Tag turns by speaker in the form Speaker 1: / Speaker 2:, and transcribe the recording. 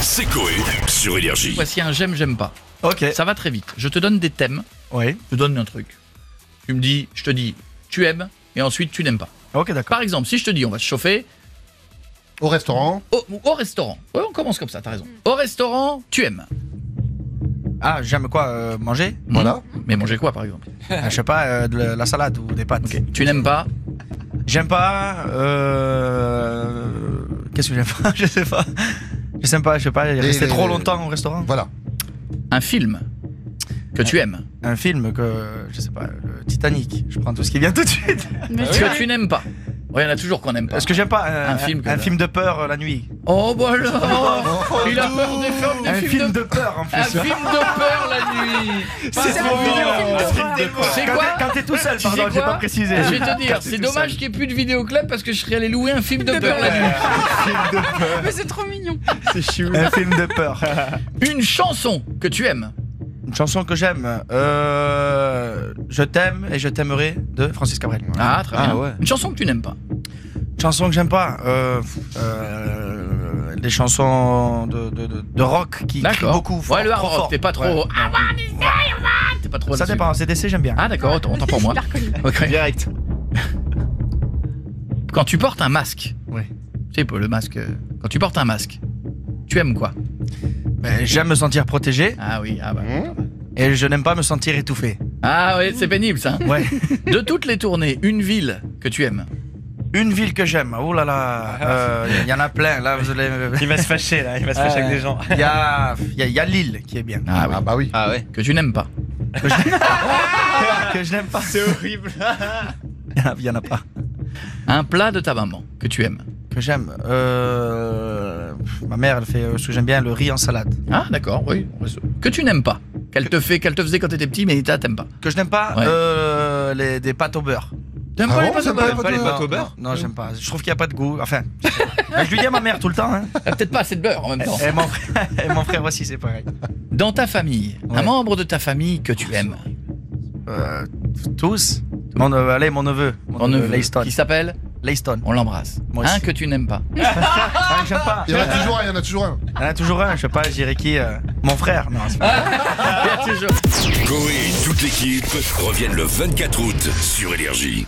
Speaker 1: C'est Coé sur Énergie.
Speaker 2: Voici un j'aime, j'aime pas.
Speaker 3: Ok.
Speaker 2: Ça va très vite. Je te donne des thèmes,
Speaker 3: Oui.
Speaker 2: je te donne un truc. Tu me dis, je te dis, tu aimes, et ensuite tu n'aimes pas.
Speaker 3: Ok, d'accord.
Speaker 2: Par exemple, si je te dis, on va se chauffer
Speaker 4: Au restaurant,
Speaker 2: au, au restaurant. Ouais, on commence comme ça, t'as raison. Au restaurant, tu aimes.
Speaker 3: Ah, j'aime quoi euh, Manger
Speaker 2: Mhm.
Speaker 4: voilà.
Speaker 2: Mais manger quoi, par exemple
Speaker 3: Ah, Je sais pas, euh, de la la salade ou des pâtes.
Speaker 2: Tu n'aimes pas
Speaker 3: J'aime pas. Euh... Qu'est-ce que j'aime pas Je sais pas. Je sais pas, je sais pas.
Speaker 4: Les-
Speaker 3: Rester
Speaker 4: les-
Speaker 3: trop longtemps au restaurant.
Speaker 4: Voilà.
Speaker 2: un film que tu aimes,
Speaker 3: Un film que. Je sais pas, le Titanic. Je prends tout ce qui vient tout de suite.
Speaker 5: Mais tu
Speaker 2: que tu n'aimes pas. Ouais, il y en a toujours qu'on n'aime pas.
Speaker 3: Est-ce que j'aime pas euh,
Speaker 2: Un film que-
Speaker 3: un film de peur euh, la nuit
Speaker 2: Oh, bah alors Il a peur des films, des
Speaker 3: Un
Speaker 2: films
Speaker 3: film
Speaker 2: de...
Speaker 3: de peur en
Speaker 2: Un
Speaker 3: plus.
Speaker 2: film de peur la nuit
Speaker 3: C'est
Speaker 2: trop
Speaker 3: un film
Speaker 2: mignon.
Speaker 3: de- un film de peur.
Speaker 2: C'est
Speaker 3: Quand
Speaker 2: quoi
Speaker 3: t'es- Quand t'es tout seul,
Speaker 2: Tu sais
Speaker 3: pardon, j'ai
Speaker 2: quoi
Speaker 3: pas précisé.
Speaker 2: Je vais te dire,
Speaker 3: Quand t'es
Speaker 2: c'est
Speaker 3: tout
Speaker 2: dommage
Speaker 3: seul.
Speaker 2: qu'il n'y ait plus de vidéoclub parce que je serais allé louer un film de peur la nuit.
Speaker 5: vois, Ah, Mais c'est trop mignon.
Speaker 3: Un film de peur.
Speaker 2: Une chanson que tu aimes.
Speaker 3: Une chanson que j'aime. Euh, je t'aime et je t'aimerai de Francis Cabrel.
Speaker 2: Ah, très bien.
Speaker 3: Ah ouais.
Speaker 2: Une chanson que tu n'aimes pas.
Speaker 3: Une chanson que j'aime pas. Euh, euh, les chansons de, de, de, de rock qui crient
Speaker 2: D'accord.
Speaker 3: beaucoup. fort,
Speaker 2: ouais, le hard
Speaker 3: trop
Speaker 2: rock,
Speaker 3: fort.
Speaker 2: t'es pas trop.
Speaker 3: Ouais.
Speaker 2: I
Speaker 4: Ah,
Speaker 2: want it, I want it. T'es pas trop
Speaker 3: Ça
Speaker 2: là-dessus.
Speaker 3: dépend. CDC, j'aime bien.
Speaker 2: Ah, d'accord, autant, autant pour moi. Ok.
Speaker 3: Direct.
Speaker 2: Quand tu portes un masque.
Speaker 3: Ouais.
Speaker 2: Tu sais, le masque. euh, Quand tu portes un masque, tu aimes quoi
Speaker 3: Ben, j'aime me sentir protégé
Speaker 2: Ah oui, ah bah.
Speaker 4: Hein?
Speaker 3: et je n'aime pas me sentir étouffé.
Speaker 2: Ah oui, c'est pénible ça.
Speaker 3: Ouais.
Speaker 2: De toutes les tournées, une ville que tu aimes.
Speaker 3: Une ville que j'aime. Oh là
Speaker 2: Ah,
Speaker 3: là. Euh, Il y en a plein. Là, vous allez. Euh,
Speaker 6: Il va se fâcher là, il va se fâcher avec des gens.
Speaker 3: Il y a, il y a- il y a Lille qui est bien.
Speaker 2: Ah oui.
Speaker 4: Ah bah oui.
Speaker 6: Ah ouais.
Speaker 2: Que tu n'aimes pas.
Speaker 3: Que je n'aime pas.
Speaker 6: C'est horrible.
Speaker 3: Il y en a pas.
Speaker 2: Un plat de ta maman que tu aimes.
Speaker 3: que j'aime. Euh, pff, ma mère, elle fait euh, ce que j'aime bien, le riz en salade.
Speaker 2: Ah d'accord, oui. on reste- Que tu n'aimes pas. Qu'elle te fait, qu'elle te faisait quand t'étais petit, mais t'as- t'aimes pas.
Speaker 3: Que je n'aime pas,
Speaker 2: Ouais.
Speaker 3: euh, les, des pâtes au beurre.
Speaker 2: T'aimes
Speaker 4: Ah
Speaker 2: pas
Speaker 4: bon,
Speaker 2: les pâtes au
Speaker 4: t'aimes pas
Speaker 2: beurre
Speaker 4: les pâtes au beurre
Speaker 3: Non, Non, non, j'aime pas. Je trouve qu'il n'y a pas de goût. Enfin, je sais pas. Mais je lui dis à ma mère tout le temps. hein.
Speaker 2: T'as Ah, Peut-être pas assez de beurre en même temps.
Speaker 3: Et, mon frère, et mon frère aussi, c'est pareil.
Speaker 2: Dans ta famille, un
Speaker 3: Ouais.
Speaker 2: membre de ta famille que tu aimes.
Speaker 3: Euh, tous. Mon, euh, allez, mon neveu. Mon,
Speaker 2: Ton neveu,
Speaker 3: Layston.
Speaker 2: qui s'appelle,
Speaker 3: Layston.
Speaker 2: on l'embrasse.
Speaker 3: Moi aussi.
Speaker 2: Un que tu n'aimes pas.
Speaker 3: Ah, j'aime pas.
Speaker 4: Il y en a toujours un, il y en a toujours un.
Speaker 3: Il y en a toujours un, je sais pas, je dirais qui. euh, mon frère. Non, c'est pas-
Speaker 4: Ah.
Speaker 2: Et à tes jours.
Speaker 1: Coé et toute l'équipe reviennent le 24 août sur Énergie.